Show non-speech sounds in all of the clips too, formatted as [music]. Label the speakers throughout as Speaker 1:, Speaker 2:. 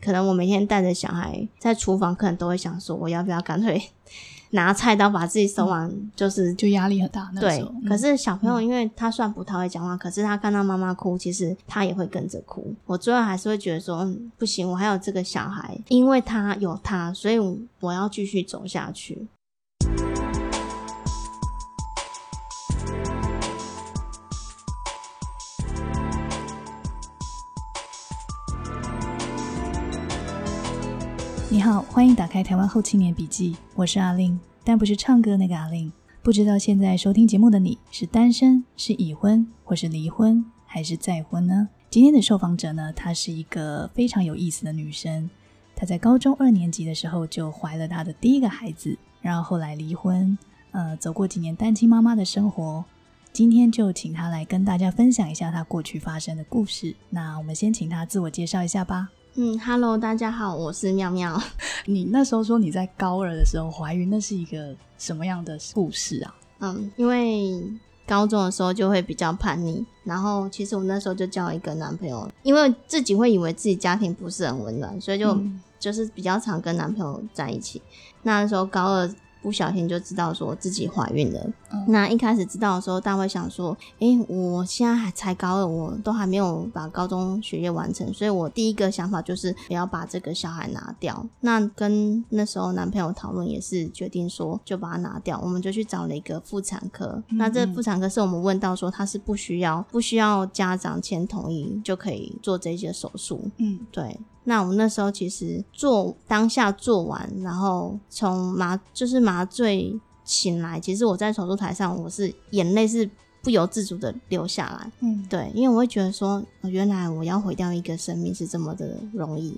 Speaker 1: 可能我每天带着小孩在厨房，可能都会想说，我要不要干脆拿菜刀把自己手腕就是
Speaker 2: 就压力很大。那
Speaker 1: 对
Speaker 2: 时候，
Speaker 1: 可
Speaker 2: 嗯
Speaker 1: 是小朋友，因为他虽然不太会讲话，可是他看到妈妈哭，其实他也会跟着哭。我最后还是会觉得说，嗯，不行，我还有这个小孩，因为他有他，所以我要继续走下去。
Speaker 2: 你好，欢迎打开《台湾后青年笔记》，我是阿令，但不是唱歌那个阿令。不知道现在收听节目的你是单身、是已婚，或是离婚，还是再婚呢？今天的受访者呢，她是一个非常有意思的女生。她在高中二年级的时候就怀了她的第一个孩子，然后后来离婚，呃，走过几年单亲妈妈的生活。今天就请她来跟大家分享一下她过去发生的故事。那我们先请她自我介绍一下吧。
Speaker 1: 嗯，Hello，大家好，我是妙妙。
Speaker 2: 你那时候说你在高二的时候怀孕，那是一个什么样的故事啊？
Speaker 1: 嗯，因为高中的时候就会比较叛逆，然后其实我那时候就交一个男朋友，因为自己会以为自己家庭不是很温暖，所以就、
Speaker 2: 嗯
Speaker 1: 就是比较常跟男朋友在一起。那时候高二不小心就知道说自己怀孕了，
Speaker 2: 嗯
Speaker 1: 那一开始知道的时候，大家会想说，诶、我现在还才高二，我都还没有把高中学业完成，所以我第一个想法就是不要把这个小孩拿掉。那跟那时候男朋友讨论也是决定说，就把它拿掉。我们就去找了一个妇产科，
Speaker 2: 嗯
Speaker 1: 那这
Speaker 2: 嗯
Speaker 1: 妇产科是我们问到说，他是不需要不需要家长签同意就可以做这些手术，
Speaker 2: 嗯
Speaker 1: 对，那我那时候其实做当下做完，然后从麻就是麻醉醒来，其实我在手术台上，我是眼泪是不由自主的流下来。
Speaker 2: 嗯，
Speaker 1: 对，因为我会觉得说，哦原来我要毁掉一个生命是这么的容易。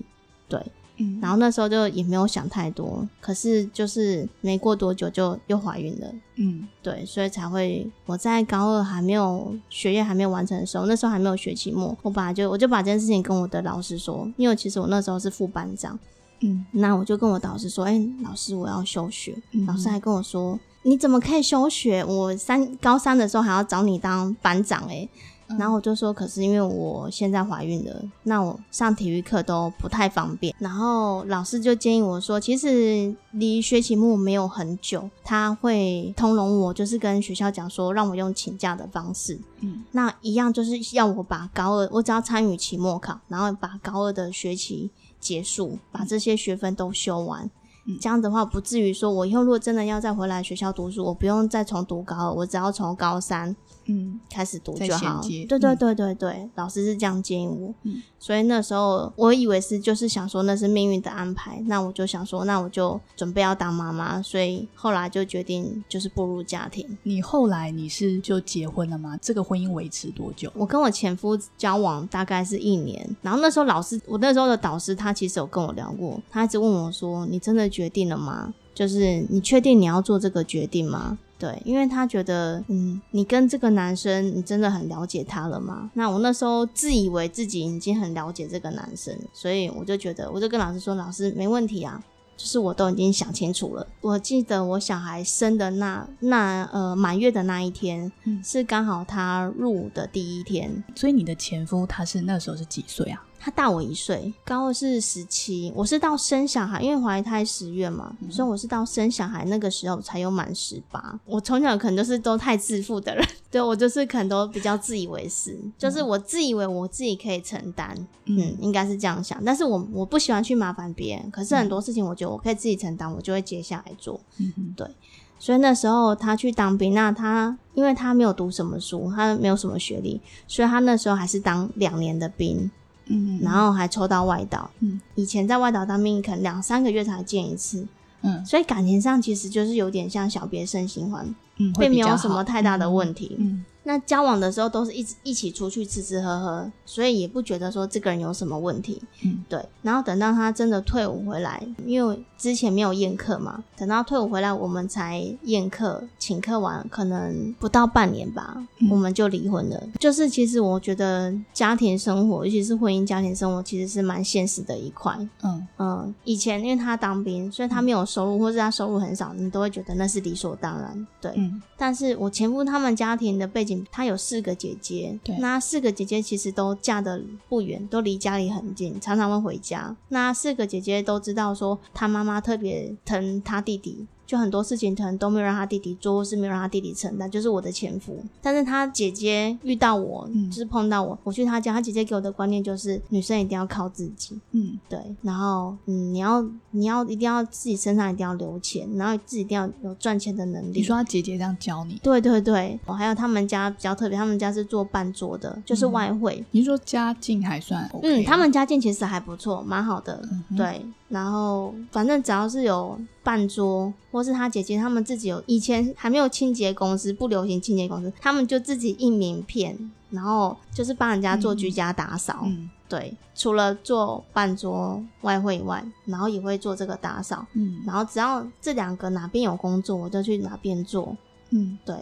Speaker 1: 对，
Speaker 2: 嗯
Speaker 1: 然后那时候就也没有想太多，可是就是没过多久就又怀孕了。
Speaker 2: 嗯
Speaker 1: 对，所以才会我在高二还没有学业还没有完成的时候，那时候还没有学期末，我本来就我就把这件事情跟我的老师说，因为其实我那时候是副班长，
Speaker 2: 嗯
Speaker 1: 那我就跟我导师说，哎、老师我要休学，
Speaker 2: 嗯
Speaker 1: 老师还跟我说，你怎么可以休学？我三高三的时候还要找你当班长哎、
Speaker 2: 嗯
Speaker 1: 然后我就说，可是因为我现在怀孕了，那我上体育课都不太方便。然后老师就建议我说，其实离学期末没有很久，他会通融我，就是跟学校讲说，让我用请假的方式。
Speaker 2: 嗯
Speaker 1: 那一样就是要我把高二，我只要参与期末考，然后把高二的学期结束，把这些学分都修完。
Speaker 2: 嗯
Speaker 1: 这样的话，不至于说我以后如果真的要再回来学校读书，我不用再重读高二，我只要从高三
Speaker 2: 嗯
Speaker 1: 开始读
Speaker 2: 再
Speaker 1: 就
Speaker 2: 衔
Speaker 1: 好。
Speaker 2: 接
Speaker 1: 对对
Speaker 2: 嗯
Speaker 1: 对对对，老师是这样建议我，
Speaker 2: 嗯
Speaker 1: 所以那时候我以为是就是想说那是命运的安排，那我就想说那我就准备要当妈妈，所以后来就决定就是步入家庭。
Speaker 2: 你后来你是就结婚了吗？这个婚姻维持多久？
Speaker 1: 我跟我前夫交往大概是一年，然后那时候老师，我那时候的导师他其实有跟我聊过，他一直问我说：“你真的决定了吗？就是你确定你要做这个决定吗？”对，因为他觉得，嗯，你跟这个男生，你真的很了解他了吗？那我那时候自以为自己已经很了解这个男生，所以我就觉得，我就跟老师说，老师没问题啊，就是我都已经想清楚了。我记得我小孩生的那那呃满月的那一天，
Speaker 2: 嗯
Speaker 1: 是刚好他入伍的第一天。
Speaker 2: 所以你的前夫他是那时候是几岁啊？
Speaker 1: 他大我一岁，高二是十七，我是到生小孩，因为怀胎十月嘛，所以我是到生小孩那个时候才有满十八。我从小可能就是都太自负的人， [laughs] 对我就是可能都比较自以为是，就是我自以为我自己可以承担，嗯，应该是这样想。但是我我不喜欢去麻烦别人，可是很多事情我觉得我可以自己承担，我就会接下来做。
Speaker 2: 嗯哼
Speaker 1: 所以那时候他去当兵，那他因为他没有读什么书，他没有什么学历，所以他那时候还是当两年的兵，
Speaker 2: 嗯
Speaker 1: 然后还抽到外岛。
Speaker 2: 嗯，
Speaker 1: 以前在外岛当兵，可能两三个月才见一次，
Speaker 2: 嗯
Speaker 1: 所以感情上其实就是有点像小别胜新欢，
Speaker 2: 嗯，会
Speaker 1: 并没
Speaker 2: 比较
Speaker 1: 有
Speaker 2: 好
Speaker 1: 什么太大的问题。
Speaker 2: 嗯
Speaker 1: 那交往的时候都是一直一起出去吃吃喝喝，所以也不觉得说这个人有什么问题。
Speaker 2: 嗯，
Speaker 1: 对。然后等到他真的退伍回来，因为之前没有宴客嘛，等到退伍回来我们才宴客，请客完可能不到半年吧，
Speaker 2: 嗯
Speaker 1: 我们就离婚了。就是其实我觉得家庭生活，尤其是婚姻家庭生活，其实是蛮现实的一块。
Speaker 2: 嗯
Speaker 1: 嗯，以前因为他当兵，所以他没有收入，或是他收入很少，你都会觉得那是理所当然。对，
Speaker 2: 嗯
Speaker 1: 但是我前夫他们家庭的背景情，她有四个姐姐，
Speaker 2: 对
Speaker 1: 那四个姐姐其实都嫁的不远，都离家里很近，常常会回家。那四个姐姐都知道说，她妈妈特别疼她弟弟。就很多事情可能都没有让她弟弟做，或是没有让她弟弟承担，就是我的前夫。但是她姐姐遇到我，
Speaker 2: 嗯
Speaker 1: 就是碰到我，我去她家，她姐姐给我的观念就是女生一定要靠自己，
Speaker 2: 嗯，
Speaker 1: 对，然后嗯，你要你要一定要自己身上一定要留钱，然后自己一定要有赚钱的能力。
Speaker 2: 你说他姐姐这样教你，
Speaker 1: 对对对，哦，还有他们家比较特别，他们家是做半桌的，就是
Speaker 2: 嗯
Speaker 1: 外汇。
Speaker 2: 你是说家境还算
Speaker 1: 嗯，
Speaker 2: OK？
Speaker 1: 他们家境其实还不错，蛮好的。
Speaker 2: 嗯哼
Speaker 1: 对，然后反正只要是有半桌，或是他姐姐他们自己有，以前还没有清洁公司，不流行清洁公司，他们就自己印名片，然后就是帮人家做居家打扫。
Speaker 2: 嗯
Speaker 1: 对，除了做半桌外汇以外，然后也会做这个打扫，
Speaker 2: 嗯
Speaker 1: 然后只要这两个哪边有工作，我就去哪边做。
Speaker 2: 嗯，
Speaker 1: 对，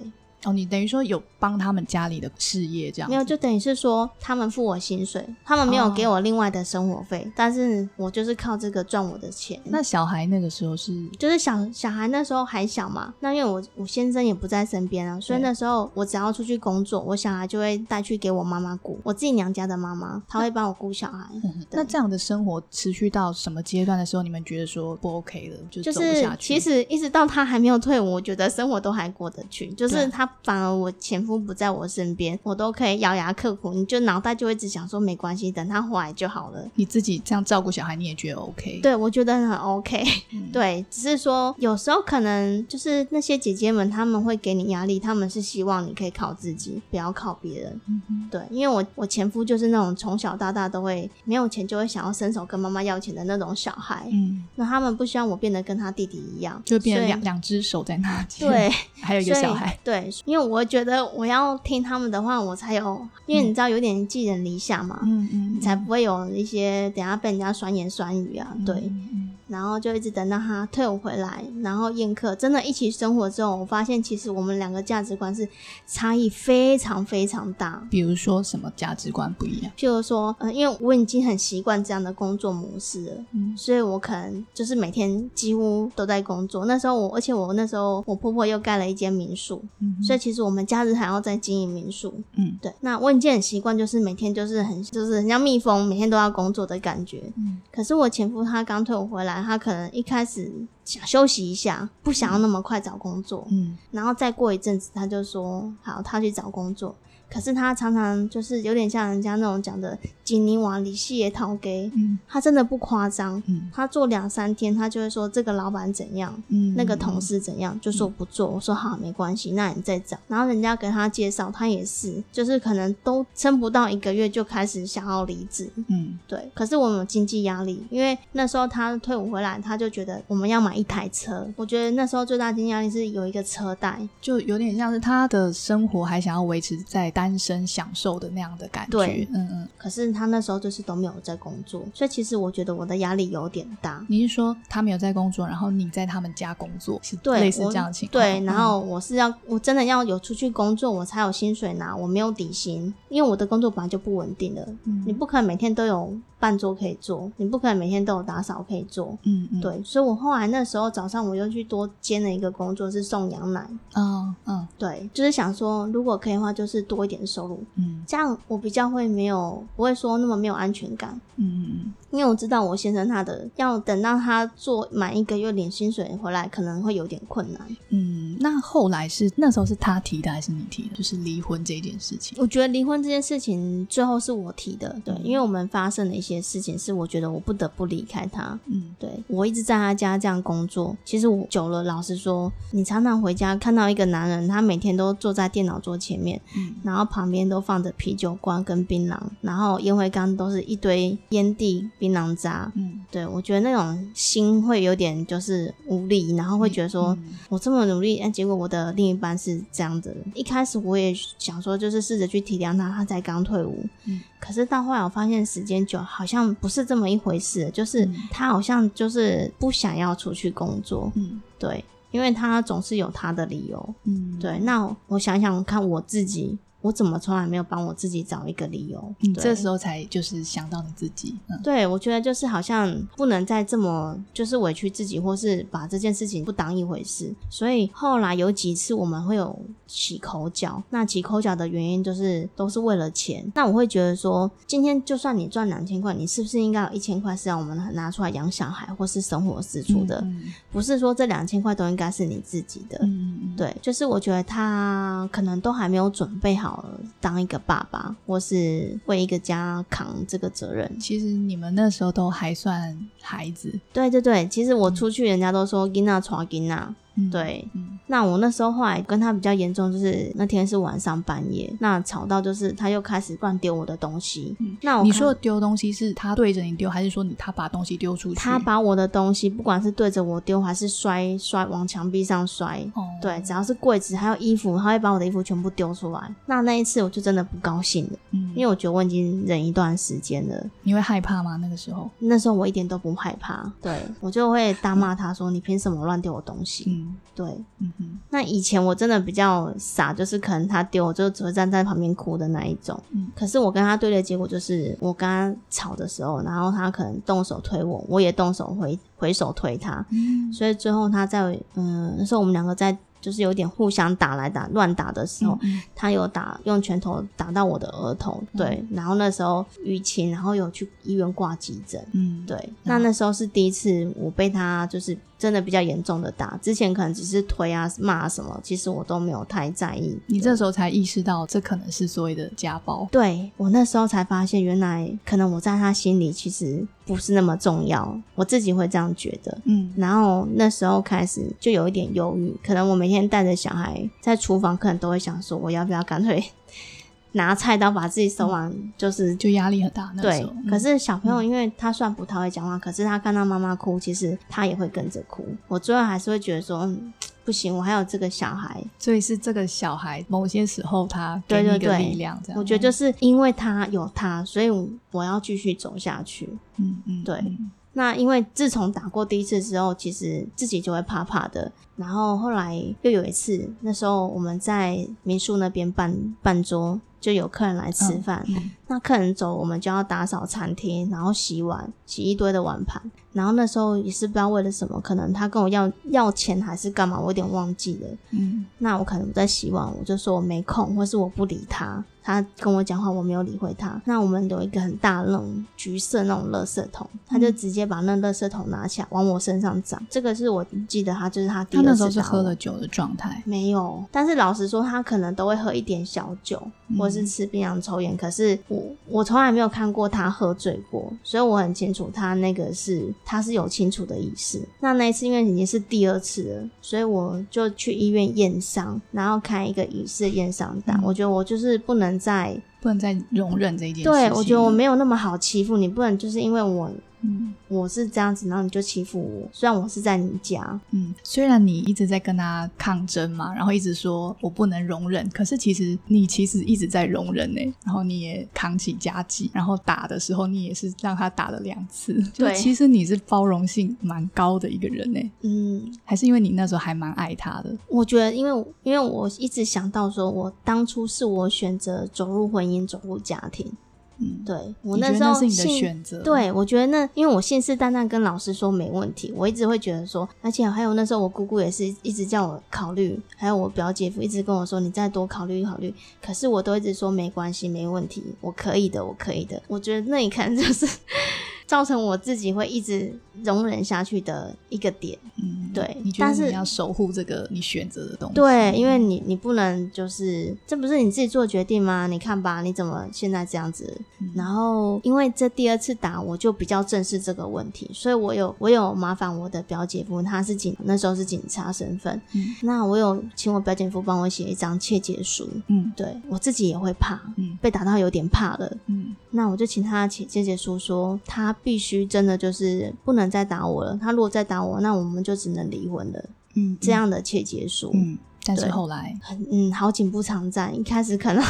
Speaker 2: 哦，你等于说有帮他们家里的事业这样子，
Speaker 1: 没有就等于是说他们付我薪水，他们没有
Speaker 2: 哦
Speaker 1: 给我另外的生活费，但是我就是靠这个赚我的钱。
Speaker 2: 那小孩那个时候是
Speaker 1: 就是小小孩那时候还小嘛，那因为我我先生也不在身边啊，所以
Speaker 2: 对
Speaker 1: 那时候我只要出去工作，我小孩就会带去给我妈妈顾，我自己娘家的妈妈，她会帮我顾小孩。嗯对
Speaker 2: 那这样的生活持续到什么阶段的时候，你们觉得说不 OK 了，就
Speaker 1: 就
Speaker 2: 走不
Speaker 1: 是
Speaker 2: 下去？
Speaker 1: 其实一直到他还没有退伍，我觉得生活都还过得去。就
Speaker 2: 对
Speaker 1: 是他反而我前夫不在我身边，我都可以咬牙刻苦，你就脑袋就会只想说没关系，等他回来就好了。
Speaker 2: 你自己这样照顾小孩，你也觉得 OK？，
Speaker 1: 对，我觉得很 OK。
Speaker 2: 嗯
Speaker 1: [laughs] 对，只是说有时候可能就是那些姐姐们，她们会给你压力，她们是希望你可以靠自己，不要靠别人。
Speaker 2: 嗯哼
Speaker 1: 对，因为我我前夫就是那种从小到大都会没有钱就会想要伸手跟妈妈要钱的那种小孩。
Speaker 2: 嗯，
Speaker 1: 那他们不希望我变得跟他弟弟一样，
Speaker 2: 就变
Speaker 1: 所
Speaker 2: 成
Speaker 1: 以
Speaker 2: 两两只手在那间，
Speaker 1: 对，，
Speaker 2: [laughs] 还有一个
Speaker 1: 所以
Speaker 2: 小孩，
Speaker 1: 对，因为我觉得我要听他们的话，我才有，因为你
Speaker 2: 嗯
Speaker 1: 知道有点寄人篱下嘛，
Speaker 2: 嗯嗯
Speaker 1: 你才不会有一些等下被人家酸言酸语啊。对，
Speaker 2: 嗯嗯
Speaker 1: 然后就一直等到他退伍回来，然后宴客，真的一起生活之后，我发现其实我们两个价值观是差异非常非常大。
Speaker 2: 比如说什么价值观不一样，
Speaker 1: 譬如说，嗯、因为我已经很习惯这样的工作模式了，
Speaker 2: 嗯
Speaker 1: 所以我可能就是每天几乎都在工作。那时候我，而且我那时候我婆婆又盖了一间民宿，
Speaker 2: 嗯
Speaker 1: 所以其实我们假日还要再经营民宿。
Speaker 2: 嗯
Speaker 1: 对，那我已经很习惯，就是每天就是很就是很像蜜蜂，每天都要工作的感觉。
Speaker 2: 嗯
Speaker 1: 可是我前夫他刚退伍回来，他可能一开始想休息一下，不想要那么快找工作，
Speaker 2: 嗯
Speaker 1: 然后再过一阵子他就说好，他去找工作。可是他常常就是有点像人家那种讲的“锦泥瓦里细也讨给
Speaker 2: 嗯”，
Speaker 1: 他真的不夸张，
Speaker 2: 嗯
Speaker 1: 他做两三天，他就会说这个老板怎样，
Speaker 2: 嗯，
Speaker 1: 那个同事怎样，就说不做。我说好，没关系，那你再找。然后人家给他介绍，他也是，就是可能都撑不到一个月就开始想要离职。
Speaker 2: 嗯
Speaker 1: 对，可是我们有经济压力，因为那时候他退伍回来，他就觉得我们要买一台车。我觉得那时候最大的经济压力是有一个车贷，
Speaker 2: 就有点像是他的生活还想要维持在单身享受的那样的感觉，
Speaker 1: 对
Speaker 2: 嗯嗯。
Speaker 1: 可是他那时候就是都没有在工作，所以其实我觉得我的压力有点大。
Speaker 2: 你是说他没有在工作，然后你在他们家工作，是
Speaker 1: 对，
Speaker 2: 类似
Speaker 1: 我
Speaker 2: 这样的情况？
Speaker 1: 对，
Speaker 2: 嗯
Speaker 1: 然后我是要，我真的要有出去工作，我才有薪水拿，我没有底薪，因为我的工作本来就不稳定的，
Speaker 2: 嗯
Speaker 1: 你不可能每天都有半桌可以做，你不可能每天都有打扫可以做。
Speaker 2: 嗯嗯，
Speaker 1: 对，所以我后来那时候早上我又去多兼了一个工作，是送羊奶。
Speaker 2: 嗯嗯
Speaker 1: 对，就是想说，如果可以的话，就是多一点收入，
Speaker 2: 嗯
Speaker 1: 这样我比较会没有不会说那么没有安全感。
Speaker 2: 嗯嗯
Speaker 1: 因为我知道我先生他的要等到他做满一个月领薪水回来，可能会有点困难。
Speaker 2: 嗯嗯。那后来是那时候是他提的还是你提的？就是离婚这件事情。
Speaker 1: 我觉得离婚这件事情最后是我提的，对，
Speaker 2: 嗯
Speaker 1: 因为我们发生了一些事情，是我觉得我不得不离开他。
Speaker 2: 嗯
Speaker 1: 对我一直在他家这样工作，其实我久了，老实说，你常常回家看到一个男人，他每天都坐在电脑桌前面，
Speaker 2: 嗯
Speaker 1: 然后旁边都放着啤酒罐跟槟榔，然后烟灰缸都是一堆烟蒂、槟榔渣。
Speaker 2: 嗯，
Speaker 1: 对我觉得那种心会有点就是无力，然后会觉得说。
Speaker 2: 嗯
Speaker 1: 我这么努力，哎，结果我的另一半是这样的人。一开始我也想说，就是试着去体谅他，他才刚退伍。
Speaker 2: 嗯
Speaker 1: 可是到后来，我发现时间久，好像不是这么一回事。就是
Speaker 2: 嗯
Speaker 1: 他好像就是不想要出去工作，
Speaker 2: 嗯
Speaker 1: 对，因为他总是有他的理由。
Speaker 2: 嗯，
Speaker 1: 对，那我想想看我自己，我怎么从来没有帮我自己找一个理由？
Speaker 2: 你
Speaker 1: 对
Speaker 2: 嗯这时候才就是想到你自己，嗯，
Speaker 1: 对，我觉得就是好像不能再这么就是委屈自己，或是把这件事情不当一回事。所以后来有几次我们会有起口角，那起口角的原因就是都是为了钱。那我会觉得说，今天就算你赚两千块，你是不是应该有一千块是让我们拿出来养小孩或是生活支出的？
Speaker 2: 嗯
Speaker 1: 不是说这两千块都应该是你自己的。
Speaker 2: 嗯嗯，
Speaker 1: 对，就是我觉得他可能都还没有准备好当一个爸爸，或是为一个家扛这个责任。
Speaker 2: 其实你们那时候都还算孩子，
Speaker 1: 对对对，其实我出去，人家都说囡娜传囡娜。
Speaker 2: 嗯，
Speaker 1: 对，
Speaker 2: 嗯
Speaker 1: 那我那时候后来跟他比较严重，就是那天是晚上半夜，那吵到就是他又开始乱丢我的东西。
Speaker 2: 嗯
Speaker 1: 那我
Speaker 2: 你
Speaker 1: 看
Speaker 2: 说的丢东西是他对着你丢，还是说你他把东西丢出去？
Speaker 1: 他把我的东西，不管是对着我丢，还是摔摔往墙壁上摔，
Speaker 2: 哦，
Speaker 1: 对，只要是柜子还有衣服，他会把我的衣服全部丢出来。那那一次我就真的不高兴了，
Speaker 2: 嗯，
Speaker 1: 因为我觉得我已经忍一段时间了。
Speaker 2: 你会害怕吗？那个时候，
Speaker 1: 那时候我一点都不害怕，对我就会大骂他说：“你凭什么乱丢我东西
Speaker 2: 嗯？”
Speaker 1: 对，
Speaker 2: 嗯哼
Speaker 1: 那以前我真的比较傻，就是可能他丢，我就只会站在旁边哭的那一种。
Speaker 2: 嗯
Speaker 1: 可是我跟他对立的结果就是，我跟他吵的时候，然后他可能动手推我，我也动手回回手推他，
Speaker 2: 嗯
Speaker 1: 所以最后他在嗯那时候我们两个在就是有点互相打来打乱打的时候，
Speaker 2: 嗯
Speaker 1: 他有打用拳头打到我的额头，对，
Speaker 2: 嗯
Speaker 1: 然后那时候淤青，然后有去医院挂急诊。
Speaker 2: 嗯，
Speaker 1: 对，那那时候是第一次我被他就是真的比较严重的打，之前可能只是推啊骂啊什么，其实我都没有太在意。
Speaker 2: 你这时候才意识到这可能是所谓的家暴，
Speaker 1: 对我那时候才发现，原来可能我在他心里其实不是那么重要，我自己会这样觉得。
Speaker 2: 嗯
Speaker 1: 然后那时候开始就有一点忧郁，可能我每天带着小孩在厨房，可能都会想说，我要不要干脆 [laughs] 拿菜刀把自己手腕就是
Speaker 2: 就压力很大。那个时
Speaker 1: 对
Speaker 2: 候，，嗯
Speaker 1: 可是小朋友因为他虽然不太会讲话，可是他看到妈妈哭，其实他也会跟着哭。我最后还是会觉得说，嗯，不行，我还有这个小孩。
Speaker 2: 所以是这个小孩某些时候他给
Speaker 1: 对
Speaker 2: 你
Speaker 1: 对
Speaker 2: 一个
Speaker 1: 对
Speaker 2: 力量，这样。
Speaker 1: 我觉得就是因为他有他，所以我要继续走下去。
Speaker 2: 嗯嗯，
Speaker 1: 对
Speaker 2: 嗯
Speaker 1: 那因为自从打过第一次之后，其实自己就会怕怕的。然后后来又有一次，那时候我们在民宿那边办办桌，就有客人来吃饭，
Speaker 2: 嗯
Speaker 1: 那客人走，我们就要打扫餐厅，然后洗碗，洗一堆的碗盘。然后那时候也是不知道为了什么，可能他跟我要要钱还是干嘛，我有点忘记了。
Speaker 2: 嗯
Speaker 1: 那我可能在洗碗，我就说我没空，或是我不理他。他跟我讲话，我没有理会他。那我们有一个很大的那种橘色那种垃圾桶，他
Speaker 2: 嗯
Speaker 1: 就直接把那垃圾桶拿起来往我身上砸。这个是我记得他就是他第
Speaker 2: 他
Speaker 1: 二次
Speaker 2: 那时候是
Speaker 1: 打
Speaker 2: 喝
Speaker 1: 我
Speaker 2: 了酒的状态，
Speaker 1: 没有，但是老实说，他可能都会喝一点小酒，
Speaker 2: 嗯
Speaker 1: 或是吃槟榔、抽烟。可是我我从来没有看过他喝醉过，所以我很清楚他那个是他是有清楚的意识。那那一次因为已经是第二次了，所以我就去医院验伤，然后开一个疑似验伤单。
Speaker 2: 嗯
Speaker 1: 我觉得我就是不能再
Speaker 2: 不能再容忍这一件事情了。
Speaker 1: 对我觉得我没有那么好欺负你，不能就是因为我
Speaker 2: 嗯
Speaker 1: 我是这样子，然后你就欺负我。虽然我是在你家，
Speaker 2: 嗯，虽然你一直在跟他抗争嘛，然后一直说我不能容忍，可是其实你其实一直在容忍呢、然后你也扛起家计，然后打的时候你也是让他打了两次，就
Speaker 1: 对
Speaker 2: 其实你是包容性蛮高的一个人呢、欸
Speaker 1: 嗯，
Speaker 2: 还是因为你那时候还蛮爱他的，
Speaker 1: 我觉得，因为因为我一直想到说，我当初是我选择走入婚姻、走入家庭。
Speaker 2: 嗯，
Speaker 1: 对我
Speaker 2: 你觉得
Speaker 1: 时候
Speaker 2: 是你的
Speaker 1: 信
Speaker 2: 选择，，
Speaker 1: 对，我觉得那因为我信誓旦旦跟老师说没问题，我一直会觉得说，而且还有那时候我姑姑也是一直叫我考虑，还有我表姐夫一直跟我说你再多考虑考虑，可是我都一直说没关系，没问题，我可以的，我可以的。我觉得那一看就是 [laughs] 造成我自己会一直容忍下去的一个点。
Speaker 2: 嗯，
Speaker 1: 对
Speaker 2: 你觉
Speaker 1: 但
Speaker 2: 得
Speaker 1: 是
Speaker 2: 你要守护这个你选择的东西，
Speaker 1: 对，因为你你不能就是，这不是你自己做决定吗？你看吧，你怎么现在这样子？
Speaker 2: 嗯
Speaker 1: 然后因为这第二次打，我就比较正视这个问题，所以我有我有麻烦我的表姐夫，他是警那时候是警察身份，
Speaker 2: 嗯
Speaker 1: 那我有请我表姐夫帮我写一张切结书，
Speaker 2: 嗯
Speaker 1: 对我自己也会怕，
Speaker 2: 嗯
Speaker 1: 被打到有点怕了。
Speaker 2: 嗯
Speaker 1: 那我就请他写切结书说他必须真的就是不能再打我了。他如果再打我，那我们就只能离婚了。
Speaker 2: 嗯，
Speaker 1: 这样的切结书，
Speaker 2: 嗯，但是
Speaker 1: 对
Speaker 2: 后来
Speaker 1: 嗯，好景不常在，一开始可能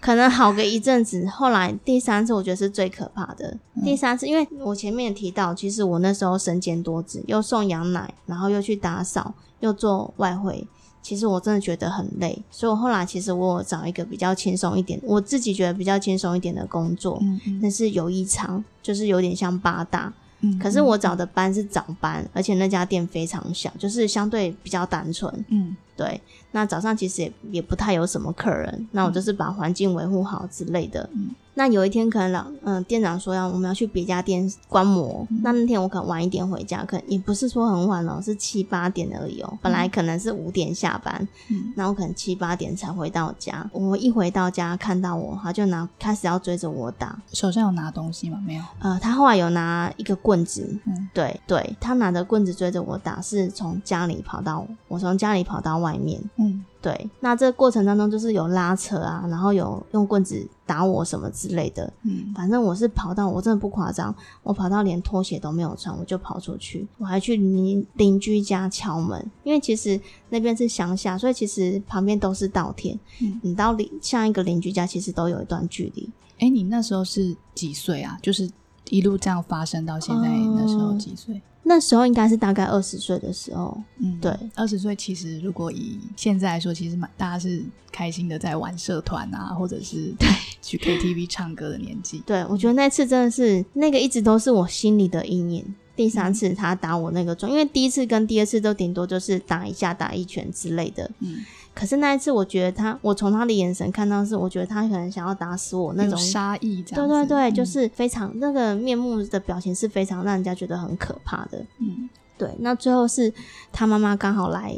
Speaker 1: 可能好个一阵子，后来第三次我觉得是最可怕的。
Speaker 2: 嗯
Speaker 1: 第三次，因为我前面也提到，其实我那时候身兼多职，又送羊奶，然后又去打扫，又做外汇，其实我真的觉得很累，所以我后来其实我有找一个比较轻松一点，我自己觉得比较轻松一点的工作，
Speaker 2: 嗯嗯
Speaker 1: 那是游艺场，就是有点像八大，
Speaker 2: 嗯，
Speaker 1: 可是我找的班是早班，而且那家店非常小，就是相对比较单纯。
Speaker 2: 嗯
Speaker 1: 对，那早上其实也也不太有什么客人，那我就是把环境维护好之类的。
Speaker 2: 嗯
Speaker 1: 那有一天可能老嗯、店长说要我们要去别家店观摩，
Speaker 2: 嗯
Speaker 1: 那那天我可能晚一点回家，可能也不是说很晚哦，是七八点而已哦。本来可能是五点下班，
Speaker 2: 嗯
Speaker 1: 那我可能七八点才回到家。我一回到家看到我，他就拿开始要追着我打，
Speaker 2: 手上有拿东西吗？没有，
Speaker 1: 呃，他后来有拿一个棍子，
Speaker 2: 嗯
Speaker 1: 对对，他拿着棍子追着我打，是从家里跑到我从家里跑到外面。
Speaker 2: 嗯
Speaker 1: 对，那这个过程当中就是有拉扯啊，然后有用棍子打我什么之类的。
Speaker 2: 嗯
Speaker 1: 反正我是跑到，我真的不夸张，我跑到连拖鞋都没有穿，我就跑出去，我还去邻邻居家敲门，因为其实那边是乡下，所以其实旁边都是稻田，
Speaker 2: 嗯。
Speaker 1: 你到邻像一个邻居家，其实都有一段距离。
Speaker 2: 哎，你那时候是几岁啊？就是一路这样发生到现在，
Speaker 1: 哦
Speaker 2: 那时候几岁？
Speaker 1: 那时候应该是大概二十岁的时候，
Speaker 2: 嗯，
Speaker 1: 对，
Speaker 2: 二十岁其实如果以现在来说，其实蛮大家是开心的，在玩社团啊，或者是对去 KTV 唱歌的年纪。
Speaker 1: 对，我觉
Speaker 2: 嗯
Speaker 1: 得那次真的是那个一直都是我心里的阴影。第三
Speaker 2: 嗯
Speaker 1: 次他打我那个钟，因为第一次跟第二次都顶多就是打一下、打一拳之类的。
Speaker 2: 嗯，
Speaker 1: 可是那一次，我觉得他，我从他的眼神看到是，我觉得他可能想要打死我那
Speaker 2: 有
Speaker 1: 种。
Speaker 2: 杀意这样
Speaker 1: 对对
Speaker 2: 子。
Speaker 1: 对，
Speaker 2: 嗯
Speaker 1: 就是非常那个面目的表情是非常让人家觉得很可怕的。
Speaker 2: 嗯
Speaker 1: 对，那最后是他妈妈刚好来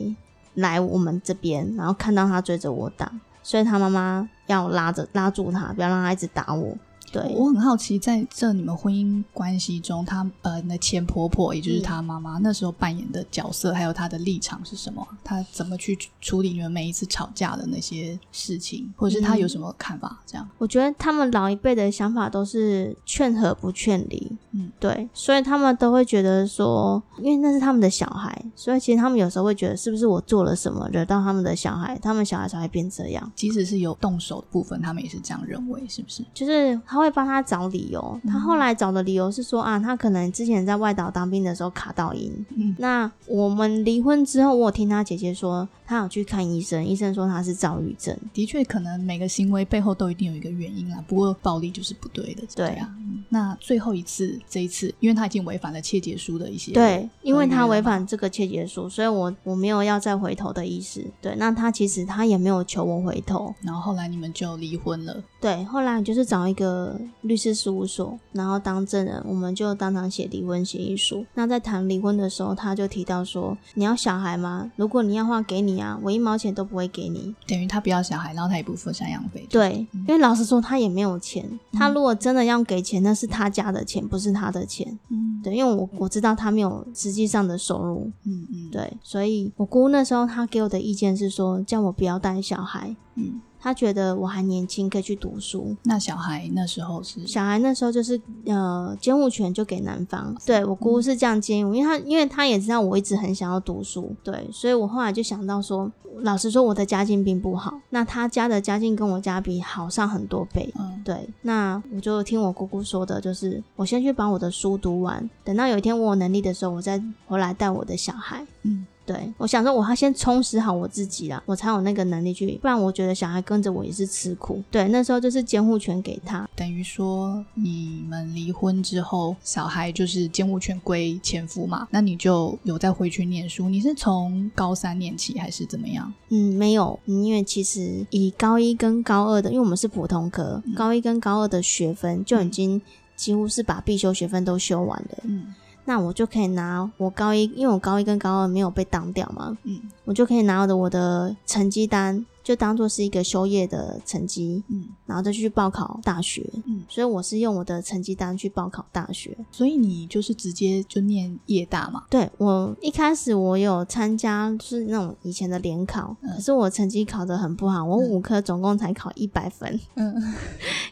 Speaker 1: 来我们这边，然后看到他追着我打，所以他妈妈要拉着拉住他，不要让他一直打我。对，
Speaker 2: 我很好奇，在这你们婚姻关系中，她呃，你的前婆婆，也
Speaker 1: 嗯
Speaker 2: 就是她妈妈，那时候扮演的角色，还有她的立场是什么？她怎么去处理你们每一次吵架的那些事情，或者是她有什么看法？这样，
Speaker 1: 我觉得他们老一辈的想法都是劝和不劝离，
Speaker 2: 嗯，
Speaker 1: 对，所以他们都会觉得说，因为那是他们的小孩，所以其实他们有时候会觉得是不是我做了什么惹到他们的小孩，他们小孩才会变这样。
Speaker 2: 即使是有动手的部分，他们也是这样认为，是不是？
Speaker 1: 就是他会帮他找理由，他后来找的理由是说啊，他可能之前在外岛当兵的时候卡到音。
Speaker 2: 嗯
Speaker 1: 那我们离婚之后，我有听他姐姐说，他有去看医生，医生说他是躁郁症。
Speaker 2: 的确，可能每个行为背后都一定有一个原因啦。不过暴力就是不对的，
Speaker 1: 对
Speaker 2: 啊、嗯那最后一次，这一次，因为他已经违反了窃结书的一些，
Speaker 1: 对，因为他
Speaker 2: 合约
Speaker 1: 违
Speaker 2: 嘛
Speaker 1: 反这个窃结书，所以我我没有要再回头的意思。对，那他其实他也没有求我回头。
Speaker 2: 然后后来你们就离婚了。
Speaker 1: 对，后来就是找一个律师事务所，然后当证人，我们就当场写离婚协议书。那在谈离婚的时候，他就提到说：“你要小孩吗？如果你要的话，给你啊，我一毛钱都不会给你。
Speaker 2: 等于他不要小孩，然后他也不付赡养费”。
Speaker 1: 对，因为老实说，他也没有钱。他如果真的要给钱，那是他家的钱，不是他的钱。
Speaker 2: 嗯，
Speaker 1: 对，因为我我知道他没有实际上的收入。
Speaker 2: 嗯嗯，，
Speaker 1: 对，所以我姑那时候她给我的意见是说，叫我不要带小孩。
Speaker 2: 嗯，
Speaker 1: 她觉得我还年轻，可以去读书。
Speaker 2: 那小孩那时候是
Speaker 1: 小孩那时候就是呃，监护权就给男方。对我姑是这样建议我，因为她因为她也知道我一直很想要读书，对，所以我后来就想到说，老实说我的家境并不好，那她家的家境跟我家比好上很多倍。
Speaker 2: 嗯
Speaker 1: 对，那我就听我姑姑说的，就是我先去把我的书读完，等到有一天我有能力的时候，我再回来带我的小孩。
Speaker 2: 嗯，
Speaker 1: 对，我想说我要先充实好我自己啦，我才有那个能力去，不然我觉得小孩跟着我也是吃苦。对，那时候就是监护权给他，
Speaker 2: 等于说你们离婚之后，小孩就是监护权归前夫嘛，那你就有再回去念书。你是从高三念起还是怎么样？
Speaker 1: 嗯，没有，嗯因为其实以高一跟高二的，因为我们是普通科，高一跟高二的学分就已经几乎是把必修学分都修完了，
Speaker 2: 嗯
Speaker 1: 那我就可以拿我高一，因为我高一跟高二没有被当掉嘛，
Speaker 2: 嗯
Speaker 1: 我就可以拿我的我的成绩单，就当做是一个修业的成绩，
Speaker 2: 嗯
Speaker 1: 然后再去报考大学。
Speaker 2: 嗯，
Speaker 1: 所以我是用我的成绩单去报考大学。
Speaker 2: 所以你就是直接就念夜大嘛？
Speaker 1: 对我一开始我有参加就是那种以前的联考，可是我成绩考得很不好，我五科总共才考一百分， [laughs]
Speaker 2: 嗯，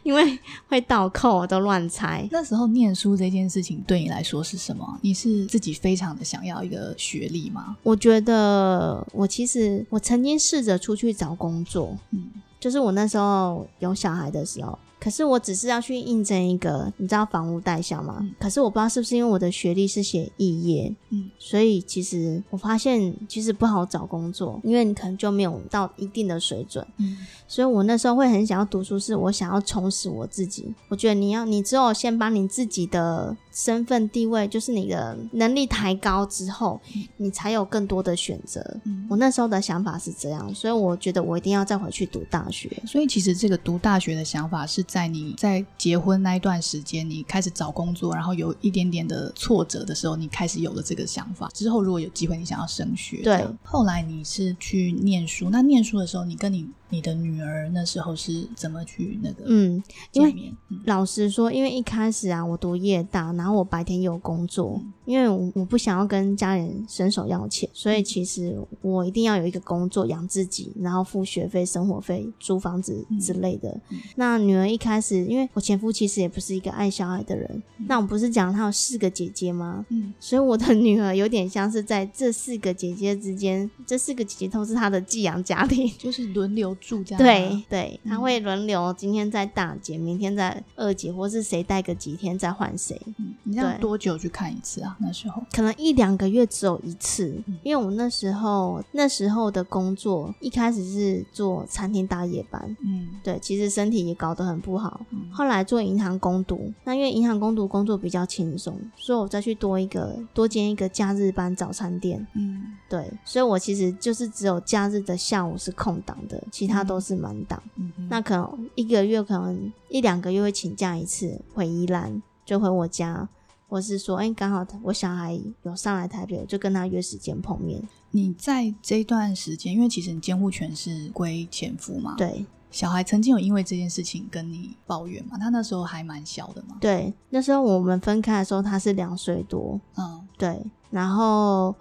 Speaker 1: 因为会倒扣，我都乱猜。
Speaker 2: 那时候念书这件事情对你来说是什么？你是自己非常的想要一个学历吗？
Speaker 1: 我觉得我其实我曾经试着出去找工作，
Speaker 2: 嗯
Speaker 1: 就是我那时候有小孩的时候，可是我只是要去应征一个，你知道房屋代销吗？可是我不知道是不是因为我的学历是写肄业，
Speaker 2: 嗯，
Speaker 1: 所以其实我发现其实不好找工作，因为你可能就没有到一定的水准。
Speaker 2: 嗯
Speaker 1: 所以我那时候会很想要读书，是我想要充实我自己。我觉得你要，你只有先把你自己的身份地位，就是你的能力抬高之后，你才有更多的选择。
Speaker 2: 嗯
Speaker 1: 我那时候的想法是这样，所以我觉得我一定要再回去读大学。
Speaker 2: 所以其实这个读大学的想法是在你在结婚那一段时间，你开始找工作，然后有一点点的挫折的时候，你开始有了这个想法。之后如果有机会，你想要升学，
Speaker 1: 对
Speaker 2: 这样。后来你是去念书，那念书的时候，你跟你你的女儿那时候是怎么去那个
Speaker 1: 嗯，因为
Speaker 2: 见面？嗯
Speaker 1: 老实说，因为一开始啊，我读夜大，然后我白天有工作，因为我我不想要跟家人伸手要钱，所以其实我一定要有一个工作养自己，然后付学费、生活费、租房子之类的。那女儿一开始，因为我前夫其实也不是一个爱小孩的人，那我不是讲他有四个姐姐吗？
Speaker 2: 嗯
Speaker 1: 所以我的 [laughs] 女儿有点像是在这四个姐姐之间，这四个姐姐都是她的寄养家庭，
Speaker 2: 就是轮流住这样、
Speaker 1: 对，啊对，他
Speaker 2: 嗯
Speaker 1: 会轮流，今天在大姐，明天在二姐，或是谁带个几天再换谁。
Speaker 2: 嗯，你这样
Speaker 1: 对
Speaker 2: 多久去看一次啊？那时候，
Speaker 1: 可能一两个月只有一次，
Speaker 2: 嗯
Speaker 1: 因为我那时候那时候的工作一开始是做餐厅大夜班，
Speaker 2: 嗯
Speaker 1: 对，其实身体也搞得很不好。
Speaker 2: 嗯
Speaker 1: 后来做银行工读，那因为银行工读工作比较轻松，所以我再去多一个多兼一个假日班早餐店，
Speaker 2: 嗯
Speaker 1: 对，所以我其实就是只有假日的下午是空档的，其他都是满档。
Speaker 2: 嗯哼，
Speaker 1: 那可能一个月可能一两个月会请假一次，回宜兰就回我家，或是说，哎、刚好我小孩有上来台北，我就跟他约时间碰面。
Speaker 2: 你在这段时间，因为其实你监护权是归前夫嘛，
Speaker 1: 对
Speaker 2: 小孩曾经有因为这件事情跟你抱怨嘛？他那时候还蛮小的嘛。
Speaker 1: 对，那时候我们分开的时候他是两岁多，
Speaker 2: 嗯，
Speaker 1: 对，然后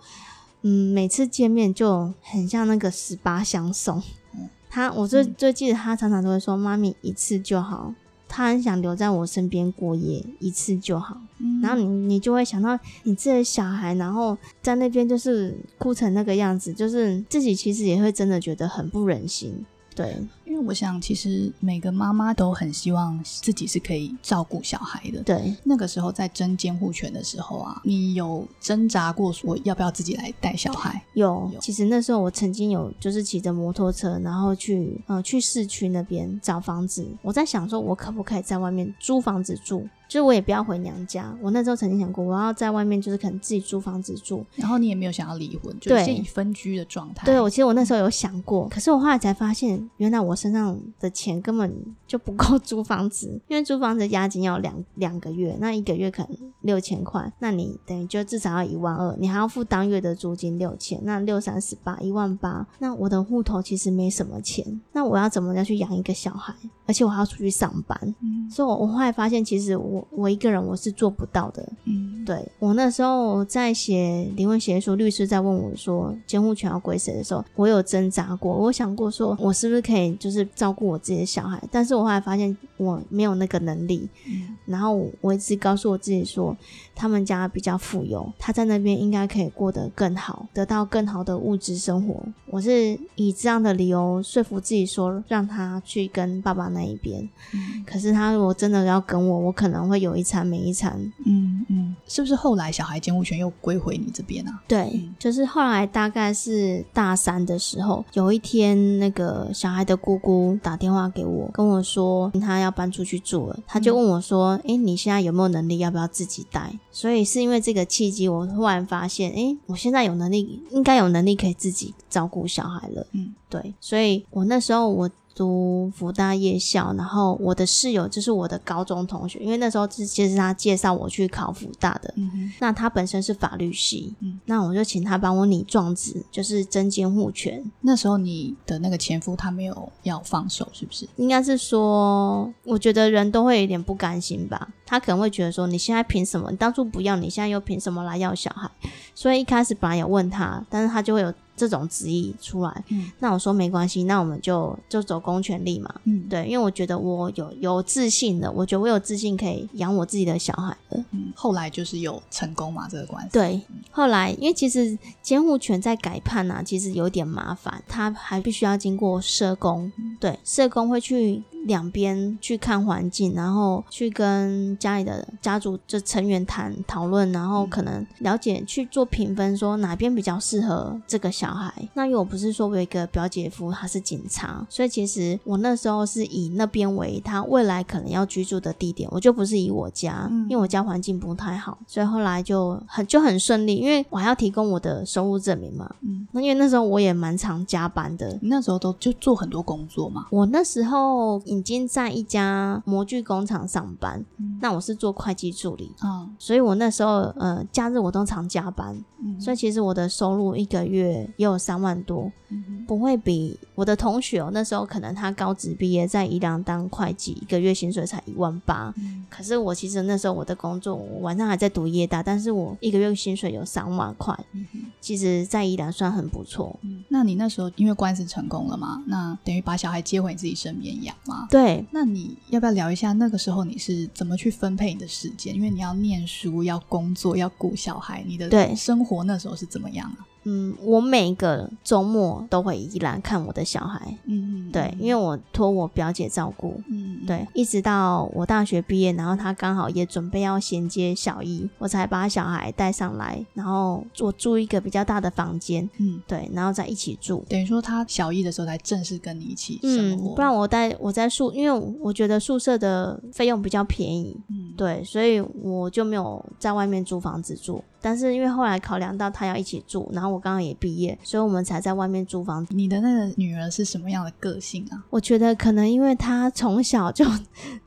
Speaker 1: 嗯，每次见面就很像那个十八相送
Speaker 2: 嗯。
Speaker 1: 他，我最
Speaker 2: 嗯
Speaker 1: 最记得他常常都会说：“妈咪，一次就好。”他很想留在我身边过夜，一次就好。
Speaker 2: 嗯
Speaker 1: 然后你你就会想到你自己的小孩，然后在那边就是哭成那个样子，就是自己其实也会真的觉得很不忍心。对，
Speaker 2: 因为我想，其实每个妈妈都很希望自己是可以照顾小孩的。
Speaker 1: 对，
Speaker 2: 那个时候在争监护权的时候啊，你有挣扎过说要不要自己来带小孩？
Speaker 1: 有
Speaker 2: 有。
Speaker 1: 其实那时候我曾经有就是骑着摩托车，然后去呃去市区那边找房子。我在想说，我可不可以在外面租房子住？就是我也不要回娘家。我那时候曾经想过，我要在外面就是可能自己租房子住。
Speaker 2: 然后你也没有想要离婚，就是
Speaker 1: 对
Speaker 2: 先以分居的状态。
Speaker 1: 对，我其实我那时候有想过，可是我后来才发现，原来我身上的钱根本就不够租房子，因为租房子押金要两两个月，那一个月可能六千块，那你等于就至少要一万二，你还要付当月的租金六千，那六三十八一万八，那我的户头其实没什么钱，那我要怎么样去养一个小孩？而且我还要出去上班，
Speaker 2: 嗯
Speaker 1: 所以我我后来发现，其实我我一个人我是做不到的，
Speaker 2: 嗯，
Speaker 1: 对我那时候在写离婚协议书，律师在问我说监护权要归谁的时候，我有挣扎过，我想过说我是不是可以就是照顾我自己的小孩，但是我后来发现我没有那个能力，
Speaker 2: 嗯
Speaker 1: 然后我我一直告诉我自己说，他们家比较富有，他在那边应该可以过得更好，得到更好的物质生活。我是以这样的理由说服自己说，让他去跟爸爸那一边。
Speaker 2: 嗯
Speaker 1: 可是他如果真的要跟我，我可能会有一餐没一餐，
Speaker 2: 嗯嗯，是不是后来小孩监护权又归回你这边啊？
Speaker 1: 对
Speaker 2: 嗯，
Speaker 1: 就是后来大概是大三的时候，有一天那个小孩的姑姑打电话给我，跟我说她要搬出去住了，她就问我说：“诶，你现在有没有能力？要不要自己带？”所以是因为这个契机，我突然发现，诶，我现在有能力，应该有能力可以自己照顾小孩了。
Speaker 2: 嗯，
Speaker 1: 对，所以我那时候我读福大夜校，然后我的室友就是我的高中同学，因为那时候是其实是他介绍我去考福大的，
Speaker 2: 嗯哼，
Speaker 1: 那他本身是法律系，
Speaker 2: 嗯
Speaker 1: 那我就请他帮我拟状子，就是增监护权，
Speaker 2: 那时候你的那个前夫他没有要放手，是不是？
Speaker 1: 应该是说，我觉得人都会有点不甘心吧，他可能会觉得说，你现在凭什么？你当初不要，你现在又凭什么来要小孩？所以一开始本来有问他，但是他就会有这种质疑出来。
Speaker 2: 嗯
Speaker 1: 那我说没关系，那我们就就走公权力嘛。
Speaker 2: 嗯，
Speaker 1: 对，因为我觉得我有有自信的，我觉得我有自信可以养我自己的小孩了。
Speaker 2: 嗯，后来就是有成功嘛，这个官司，
Speaker 1: 对，后来因为其实监护权在改判啊，其实有点麻烦，他还必须要经过社工，对，社工会去两边去看环境，然后去跟家里的家族就成员谈讨论，然后
Speaker 2: 嗯
Speaker 1: 可能了解去做评分，说哪边比较适合这个小孩。那因为我不是说我有一个表姐夫他是警察，所以其实我那时候是以那边为他未来可能要居住的地点，我就不是以我家，
Speaker 2: 嗯
Speaker 1: 因为我家环境不太好，所以后来就很就很顺利，因为我还要提供我的收入证明嘛。
Speaker 2: 嗯，
Speaker 1: 那因为那时候我也蛮常加班的，
Speaker 2: 你那时候都就做很多工作嘛，
Speaker 1: 我那时候已经在一家模具工厂上班，
Speaker 2: 嗯
Speaker 1: 那我是做会计助理，
Speaker 2: 嗯
Speaker 1: 所以我那时候呃假日我都常加班，
Speaker 2: 嗯，
Speaker 1: 所以其实我的收入一个月也有三万多，
Speaker 2: 嗯
Speaker 1: 不会比我的同学哦，那时候可能他高职毕业在宜良当会计，一个月薪水才一万八。
Speaker 2: 嗯
Speaker 1: 可是我其实那时候我的工作，我晚上还在读夜大，但是我一个月薪水有三万块，
Speaker 2: 嗯嗯
Speaker 1: 其实在宜兰算很不错。
Speaker 2: 嗯，那你那时候因为官司成功了嘛，那等于把小孩接回你自己身边养嘛，
Speaker 1: 对，
Speaker 2: 那你要不要聊一下那个时候你是怎么去分配你的时间？因为你要念书、要工作、要顾小孩，你的
Speaker 1: 对
Speaker 2: 生活那时候是怎么样啊？
Speaker 1: 嗯，我每个周末都回宜兰看我的小孩，
Speaker 2: 嗯
Speaker 1: 对，因为我托我表姐照顾，
Speaker 2: 嗯，
Speaker 1: 对，一直到我大学毕业，然后她刚好也准备要衔接小一，我才把小孩带上来，然后我租一个比较大的房间，
Speaker 2: 嗯，
Speaker 1: 对，然后再一起住。
Speaker 2: 等于说他小一的时候才正式跟你一起生
Speaker 1: 嗯，
Speaker 2: 活，
Speaker 1: 不然我在我在宿，因为我觉得宿舍的费用比较便宜，
Speaker 2: 嗯，
Speaker 1: 对，所以我就没有在外面租房子住。但是因为后来考量到他要一起住，然后我刚刚也毕业，所以我们才在外面租房子。
Speaker 2: 你的那个女儿是什么样的个性啊？
Speaker 1: 我觉得可能因为他从小就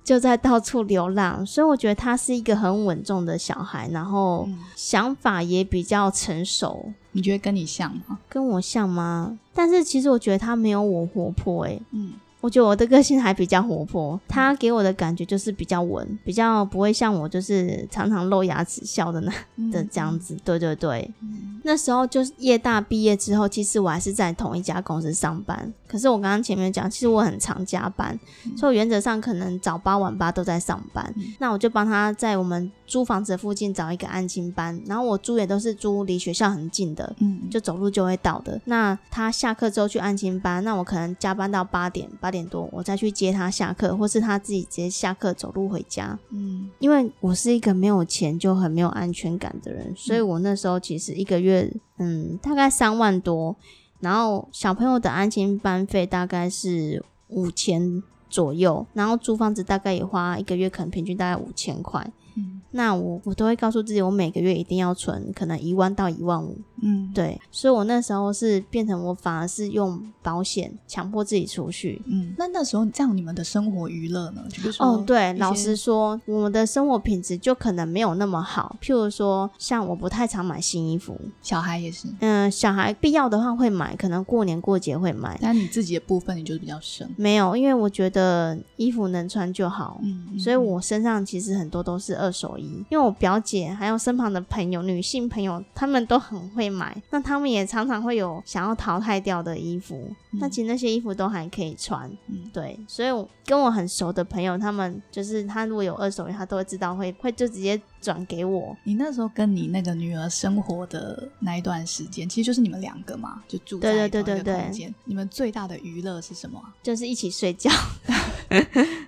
Speaker 1: 就在到处流浪，所以我觉得他是一个很稳重的小孩，然后
Speaker 2: 嗯
Speaker 1: 想法也比较成熟，
Speaker 2: 你觉得跟你像吗？
Speaker 1: 跟我像吗？但是其实我觉得他没有我活泼、欸，
Speaker 2: 嗯
Speaker 1: 我觉得我的个性还比较活泼，他给我的感觉就是比较稳，比较不会像我就是常常露牙齿笑的那的这样，子。对对对，
Speaker 2: 嗯
Speaker 1: 那时候就是夜大毕业之后，其实我还是在同一家公司上班。可是我刚刚前面讲，其实我很常加班，
Speaker 2: 嗯
Speaker 1: 所以我原则上可能早八晚八都在上班。
Speaker 2: 嗯
Speaker 1: 那我就帮他在我们租房子附近找一个安亲班，然后我租也都是租离学校很近的。
Speaker 2: 嗯，
Speaker 1: 就走路就会到的。那他下课之后去安亲班，那我可能加班到八点八点多，我再去接他下课，或是他自己直接下课走路回家。
Speaker 2: 嗯
Speaker 1: 因为我是一个没有钱就很没有安全感的人，所以我那时候其实一个月，嗯，大概三万多，然后小朋友的安亲班费大概是五千左右，然后租房子大概也花一个月，可能平均大概五千块。
Speaker 2: 嗯
Speaker 1: 那我我都会告诉自己，我每个月一定要存可能一万到一万五，
Speaker 2: 嗯，
Speaker 1: 对，所以我那时候是变成我反而是用保险强迫自己储蓄。
Speaker 2: 嗯，那那时候这样你们的生活娱乐呢？就比如说
Speaker 1: 哦，对，
Speaker 2: 一
Speaker 1: 老
Speaker 2: 些
Speaker 1: 实说，我们的生活品质就可能没有那么好。譬如说，像我不太常买新衣服，
Speaker 2: 小孩也是，
Speaker 1: 嗯、小孩必要的话会买，可能过年过节会买。
Speaker 2: 但你自己的部分你就是比较省，
Speaker 1: 没有，因为我觉得衣服能穿就好，
Speaker 2: 嗯，嗯
Speaker 1: 所以我身上其实很多都是二手衣，因为我表姐还有身旁的朋友，女性朋友，她们都很会买，那她们也常常会有想要淘汰掉的衣服，
Speaker 2: 嗯
Speaker 1: 那其实那些衣服都还可以穿，
Speaker 2: 嗯
Speaker 1: 对，所以我跟我很熟的朋友，他们就是他如果有二手衣，他都会知道会会就直接转给我，
Speaker 2: 你那时候跟你那个女儿生活的那一段时间，其实就是你们两个嘛，就住在
Speaker 1: 对
Speaker 2: 同
Speaker 1: 对
Speaker 2: 一个
Speaker 1: 对对
Speaker 2: 空间。你们最大的娱乐是什么啊、
Speaker 1: 就是一起睡觉。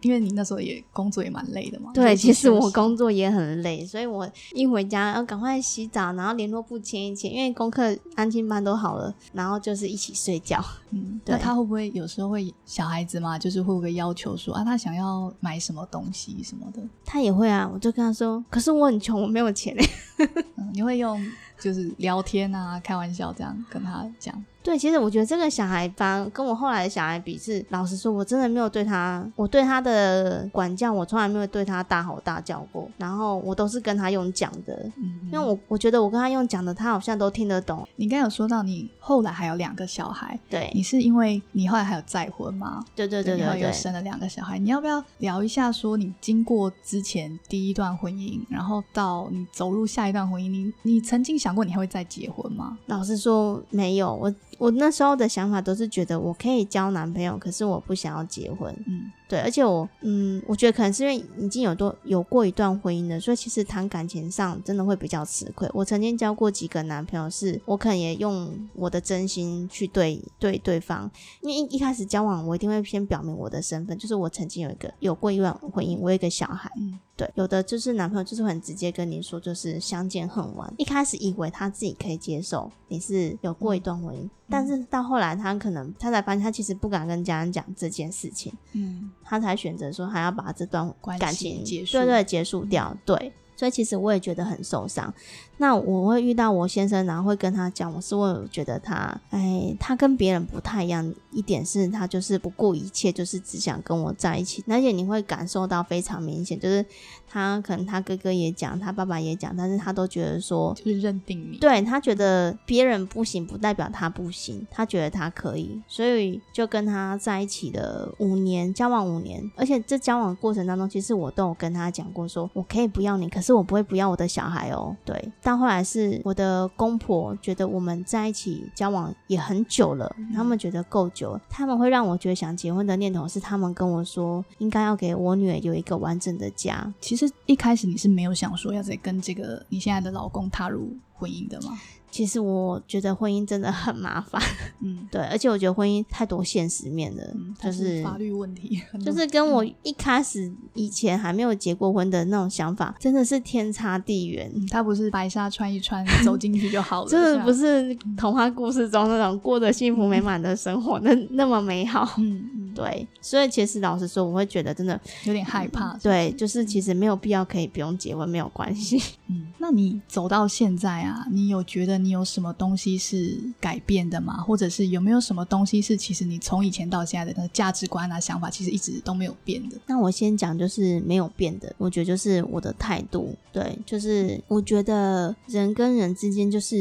Speaker 2: 因为你那时候也工作也蛮累的嘛。
Speaker 1: 对，
Speaker 2: 就是
Speaker 1: 其实
Speaker 2: 休
Speaker 1: 我
Speaker 2: 息
Speaker 1: 工作也很累，所以我一回家要赶快洗澡，然后联络部签一签，因为功课安静班都好了，然后就是一起睡觉。
Speaker 2: 嗯，那
Speaker 1: 对
Speaker 2: 他会不会有时候会小孩子嘛，就是会不会要求说啊，他想要买什么东西什么的？
Speaker 1: 他也会啊，我就跟他说，可是我很穷，我没有钱欸。 [laughs]
Speaker 2: 嗯，你会用就是聊天啊、开玩笑这样跟他讲。
Speaker 1: 对，其实我觉得这个小孩反而跟我后来的小孩比是，老实说，我真的没有对他，我对他的管教，我从来没有对他大吼大叫过，然后我都是跟他用讲的，
Speaker 2: 嗯，
Speaker 1: 因为我我觉得我跟他用讲的，他好像都听得懂。
Speaker 2: 你刚才有说到你后来还有两个小孩，
Speaker 1: 对，
Speaker 2: 你是因为你后来还有再婚吗？
Speaker 1: 对对
Speaker 2: 对
Speaker 1: 对
Speaker 2: 然后
Speaker 1: 对
Speaker 2: 又
Speaker 1: 对。
Speaker 2: 生了两个小孩，你要不要聊一下？说你经过之前第一段婚姻，然后到你走入下一段婚姻，你你曾经想过你还会再结婚吗？
Speaker 1: 老实说，没有，我我那时候的想法都是觉得我可以交男朋友，可是我不想要结婚。
Speaker 2: 嗯，
Speaker 1: 对，而且我，嗯，我觉得可能是因为已经有多有过一段婚姻了，所以其实谈感情上真的会比较吃亏。我曾经交过几个男朋友是，我可能也用我的真心去对对对方，因为一一开始交往，我一定会先表明我的身份，就是我曾经有一个有过一段婚姻，我有一个小孩。
Speaker 2: 嗯
Speaker 1: 对，有的就是男朋友就是很直接跟你说，就是相见恨晚。一开始以为他自己可以接受你是有过一段婚姻，但是到后来他可能他才发现他其实不敢跟家人讲这件事情。
Speaker 2: 嗯，
Speaker 1: 他才选择说还要把这段
Speaker 2: 关
Speaker 1: 感
Speaker 2: 系
Speaker 1: 情
Speaker 2: 结束嗯
Speaker 1: 对对，结束掉，对。所以其实我也觉得很受伤。那我会遇到我先生，然后会跟他讲，我是我觉得他，哎，他跟别人不太一样。一点是他就是不顾一切，就是只想跟我在一起。而且你会感受到非常明显，就是他可能他哥哥也讲，他爸爸也讲，但是他都觉得说，
Speaker 2: 就是认定你，
Speaker 1: 对他觉得别人不行，不代表他不行，他觉得他可以，所以就跟他在一起了五年，交往五年，而且这交往过程当中，其实我都有跟他讲过说，我可以不要你，可是我不会不要我的小孩哦。对，到后来是我的公婆觉得我们在一起交往也很久了，他们觉得够久了，他们会让我觉得想结婚的念头是他们跟我说，应该要给我女儿有一个完整的家，
Speaker 2: 其实一开始你是没有想说要再跟这个你现在的老公踏入婚姻的吗？
Speaker 1: 其实我觉得婚姻真的很麻烦。
Speaker 2: 嗯，
Speaker 1: 对，而且我觉得婚姻太多现实面了，
Speaker 2: 嗯它
Speaker 1: 就是是
Speaker 2: 法律问题，很
Speaker 1: 就
Speaker 2: 多
Speaker 1: 是跟
Speaker 2: 嗯
Speaker 1: 我一开始以前还没有结过婚的那种想法，真的是天差地远。
Speaker 2: 嗯它不是白纱穿一穿走进去
Speaker 1: [laughs]
Speaker 2: 就好了，
Speaker 1: 真
Speaker 2: 是
Speaker 1: 的
Speaker 2: 吧
Speaker 1: 不是童话故事中那种过着幸福美满的生活，那那么美好。
Speaker 2: 嗯嗯，
Speaker 1: 对，所以其实老实说，我会觉得真的
Speaker 2: 有点害怕，是吧
Speaker 1: 对，就是其实没有必要可以不用结婚，没有关系。
Speaker 2: 嗯，那你走到现在啊，你有觉得你有什么东西是改变的吗？或者是有没有什么东西是其实你从以前到现在的那个价值观啊、想法，其实一直都没有变的？
Speaker 1: 那我先讲，就是没有变的，我觉得就是我的态度，对，就是我觉得人跟人之间就是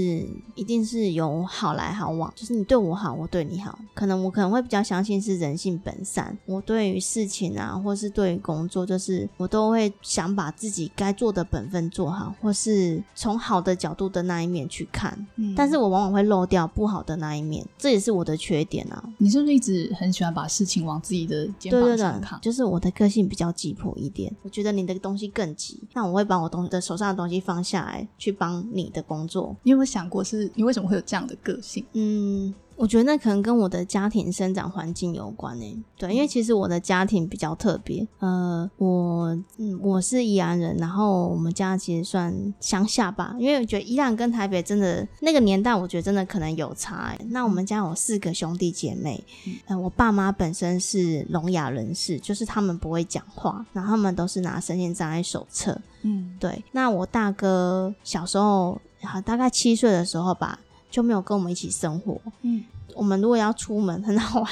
Speaker 1: 一定是有好来好往，就是你对我好，我对你好，可能我可能会比较相信是人性本善，我对于事情啊，或是对于工作，就是我都会想把自己该做的本分做好，或是从好的角度的那一面去看，
Speaker 2: 嗯
Speaker 1: 但是我往往会漏掉不好的那一面，这也是我的缺点啊，
Speaker 2: 你是不是一直很喜欢把事情往自己的肩
Speaker 1: 对对
Speaker 2: 膀
Speaker 1: 对
Speaker 2: 上，扛？
Speaker 1: 就是我的个性比较急迫一点，我觉得你的东西更急，那我会把我东的手上的东西放下来，去帮你的工作。
Speaker 2: 你有没有想过，是你为什么会有这样的个性？
Speaker 1: 嗯，我觉得那可能跟我的家庭生长环境有关诶、欸对，因为其实我的家庭比较特别，呃，我嗯我是宜兰人，然后我们家其实算乡下吧，因为我觉得宜兰跟台北真的那个年代，我觉得真的可能有差、欸。那我们家有四个兄弟姐妹，呃，我爸妈本身是聋哑人士，就是他们不会讲话，然后他们都是拿身心障碍手册。
Speaker 2: 嗯，
Speaker 1: 对，那我大哥小时候，啊大概七岁的时候吧，就没有跟我们一起生活。
Speaker 2: 嗯，
Speaker 1: 我们如果要出门，很好玩，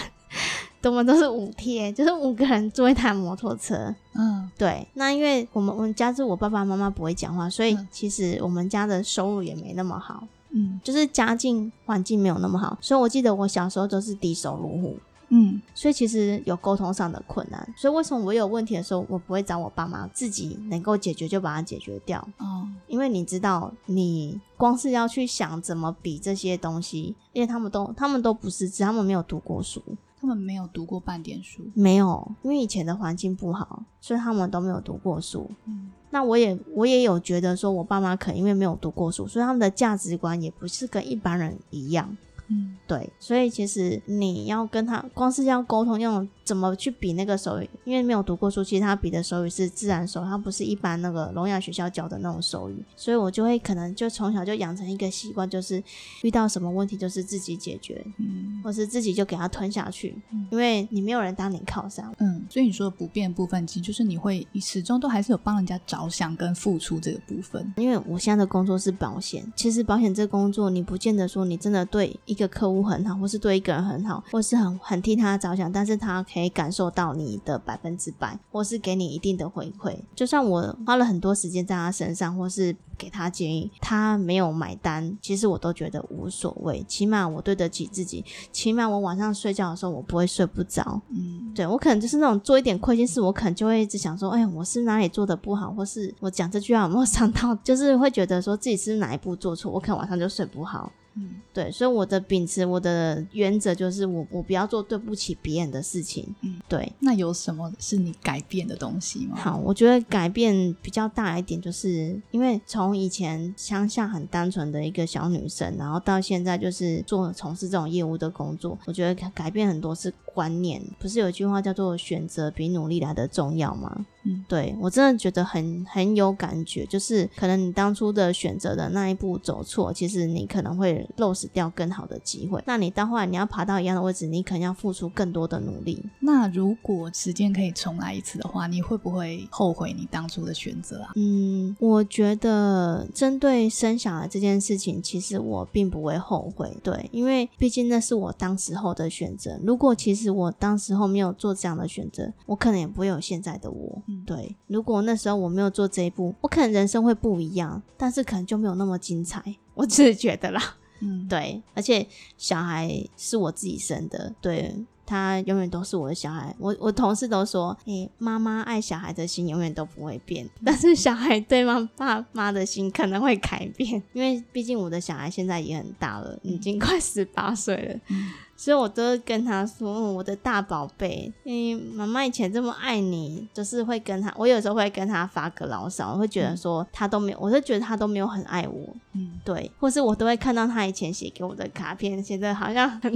Speaker 1: 我们都是五贴，就是五个人坐一台摩托车。
Speaker 2: 嗯，
Speaker 1: 对，那因为我们我们家是我爸爸妈妈不会讲话，所以
Speaker 2: 嗯
Speaker 1: 其实我们家的收入也没那么好，
Speaker 2: 嗯，
Speaker 1: 就是家境环境没有那么好，所以我记得我小时候都是低收入户。
Speaker 2: 嗯，
Speaker 1: 所以其实有沟通上的困难，所以为什么我有问题的时候，我不会找我爸妈，自己能够解决就把它解决掉。
Speaker 2: 哦，
Speaker 1: 因为你知道，你光是要去想怎么比这些东西，因为他们都他们都不是，他们没有读过书，
Speaker 2: 他们没有读过半点书，
Speaker 1: 没有，因为以前的环境不好，所以他们都没有读过书。
Speaker 2: 嗯
Speaker 1: 那我也我也有觉得说，我爸妈可能因为没有读过书，所以他们的价值观也不是跟一般人一样。
Speaker 2: 嗯
Speaker 1: 对，所以其实你要跟他光是要沟通，用怎么去比那个手语，因为没有读过书，其实他比的手语是自然手语，他不是一般那个聋哑学校教的那种手语，所以我就会可能就从小就养成一个习惯，就是遇到什么问题就是自己解决，
Speaker 2: 嗯
Speaker 1: 或是自己就给他吞下去
Speaker 2: 嗯，
Speaker 1: 因为你没有人当你靠山。
Speaker 2: 嗯，所以你说的不变的部分，其实就是你会，你始终都还是有帮人家着想跟付出这个部分。
Speaker 1: 因为我现在的工作是保险，其实保险这工作，你不见得说你真的对一个客户很好，或是对一个人很好，或是很很替他着想，但是他可以感受到你的百分之百，或是给你一定的回馈。就算我花了很多时间在他身上，或是给他建议，他没有买单，其实我都觉得无所谓，起码我对得起自己，起码我晚上睡觉的时候我不会睡不着。
Speaker 2: 嗯，
Speaker 1: 对我可能就是那种做一点亏心事，我可能就会一直想说，哎，我是哪里做的不好，或是我讲这句话有没有伤到， [laughs] 就是会觉得说自己是哪一步做错，我可能晚上就睡不好。
Speaker 2: 嗯
Speaker 1: 对，所以我的秉持我的原则就是我，我不要做对不起别人的事情。
Speaker 2: 嗯，
Speaker 1: 对。
Speaker 2: 那有什么是你改变的东西吗？
Speaker 1: 好，我觉得改变比较大一点，就是因为从以前乡下很单纯的一个小女生，然后到现在就是做从事这种业务的工作，我觉得改变很多是观念。不是有一句话叫做“选择比努力来的重要”吗？
Speaker 2: 嗯，
Speaker 1: 对我真的觉得很很有感觉，就是可能你当初的选择的那一步走错，其实你可能会漏失掉更好的机会。那你到后来你要爬到一样的位置，你可能要付出更多的努力。
Speaker 2: 那如果时间可以重来一次的话，你会不会后悔你当初的选择啊？
Speaker 1: 嗯，我觉得针对生小孩这件事情，其实我并不会后悔，对，因为毕竟那是我当时候的选择。如果其实我当时候没有做这样的选择，我可能也不会有现在的我。
Speaker 2: 嗯
Speaker 1: 对，如果那时候我没有做这一步，我可能人生会不一样，但是可能就没有那么精彩。我自己觉得啦。
Speaker 2: 嗯，
Speaker 1: 对，而且小孩是我自己生的，对他永远都是我的小孩。我我同事都说，诶、妈妈爱小孩的心永远都不会变，
Speaker 2: 嗯
Speaker 1: 但是小孩对妈爸妈的心可能会改变，因为毕竟我的小孩现在也很大了，已经快十八岁了，
Speaker 2: 嗯
Speaker 1: [laughs] 所以我都会跟他说，嗯我的大宝贝，嗯，妈妈以前这么爱你，就是会跟他，我有时候会跟他发个牢骚，我会觉得说他都没有，我就觉得他都没有很爱我，
Speaker 2: 嗯，
Speaker 1: 对，或是我都会看到他以前写给我的卡片，写的好像
Speaker 2: [laughs]
Speaker 1: 很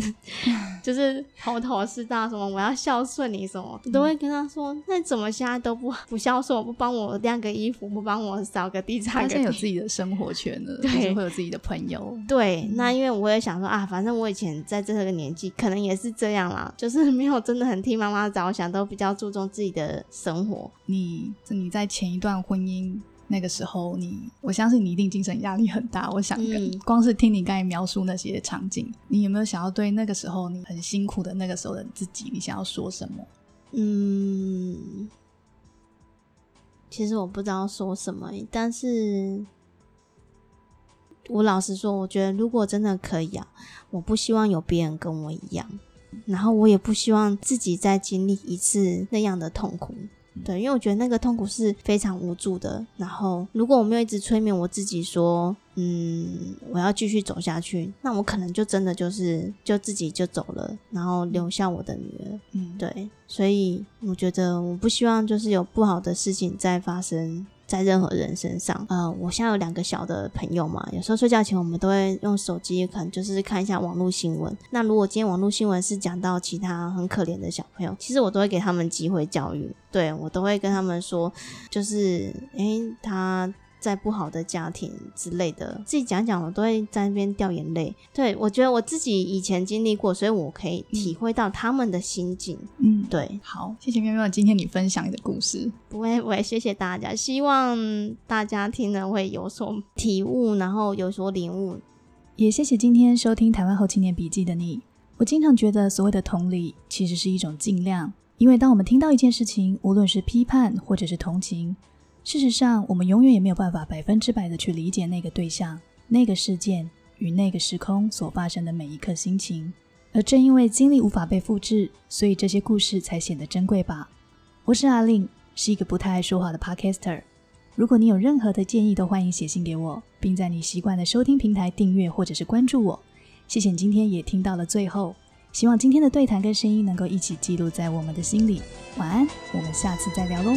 Speaker 1: 就是头头是道，什么我要孝顺你什
Speaker 2: 嗯
Speaker 1: 么，我都会跟他说，那怎么现在都不不孝顺我，不帮我晾个衣服，不帮我扫个地，擦
Speaker 2: 他
Speaker 1: 个
Speaker 2: 现在有
Speaker 1: 地。
Speaker 2: 自己的生活圈了，
Speaker 1: 对
Speaker 2: 就是会有自己的朋友。
Speaker 1: 对，那因为我也想说啊，反正我以前在这个年纪，可能也是这样啦，就是没有真的很替妈妈着想，都比较注重自己的生活。
Speaker 2: 你你在前一段婚姻那个时候你，我相信你一定精神压力很大。我想跟、
Speaker 1: 嗯
Speaker 2: 光是听你刚才描述那些场景，你有没有想要对那个时候你很辛苦的那个时候的自己，你想要说什么？
Speaker 1: 嗯，其实我不知道说什么欸，但是我老实说，我觉得如果真的可以啊，我不希望有别人跟我一样，然后我也不希望自己再经历一次那样的痛苦。对，因为我觉得那个痛苦是非常无助的。然后，如果我没有一直催眠我自己说，嗯，我要继续走下去，那我可能就真的就是就自己就走了，然后留下我的女儿。
Speaker 2: 嗯，，
Speaker 1: 对，所以我觉得我不希望就是有不好的事情再发生在任何人身上。呃，我现在有两个小的朋友嘛，有时候睡觉前我们都会用手机，可能就是看一下网络新闻。那如果今天网络新闻是讲到其他很可怜的小朋友，其实我都会给他们机会教育，对我都会跟他们说，就是诶、他。在不好的家庭之类的，自己讲讲，我都会在那边掉眼泪。对我觉得我自己以前经历过，所以我可以体会到他们的心境。
Speaker 2: 嗯，。
Speaker 1: 对，
Speaker 2: 好，谢谢妙妙，今天你分享你的故事。
Speaker 1: 不会，我也谢谢大家，希望大家听了会有所体悟，然后有所领悟。
Speaker 2: 也谢谢今天收听《台湾后青年笔记》的你。我经常觉得所谓的同理，其实是一种尽量，因为当我们听到一件事情，无论是批判或者是同情，事实上我们永远也没有办法百分之百的去理解那个对象、那个事件与那个时空所发生的每一刻心情。而正因为经历无法被复制，所以这些故事才显得珍贵吧。我是阿令，是一个不太爱说话的 Podcaster。如果你有任何的建议，都欢迎写信给我，并在你习惯的收听平台订阅或者是关注我。谢谢你今天也听到了最后，希望今天的对谈跟声音能够一起记录在我们的心里。晚安，我们下次再聊喽。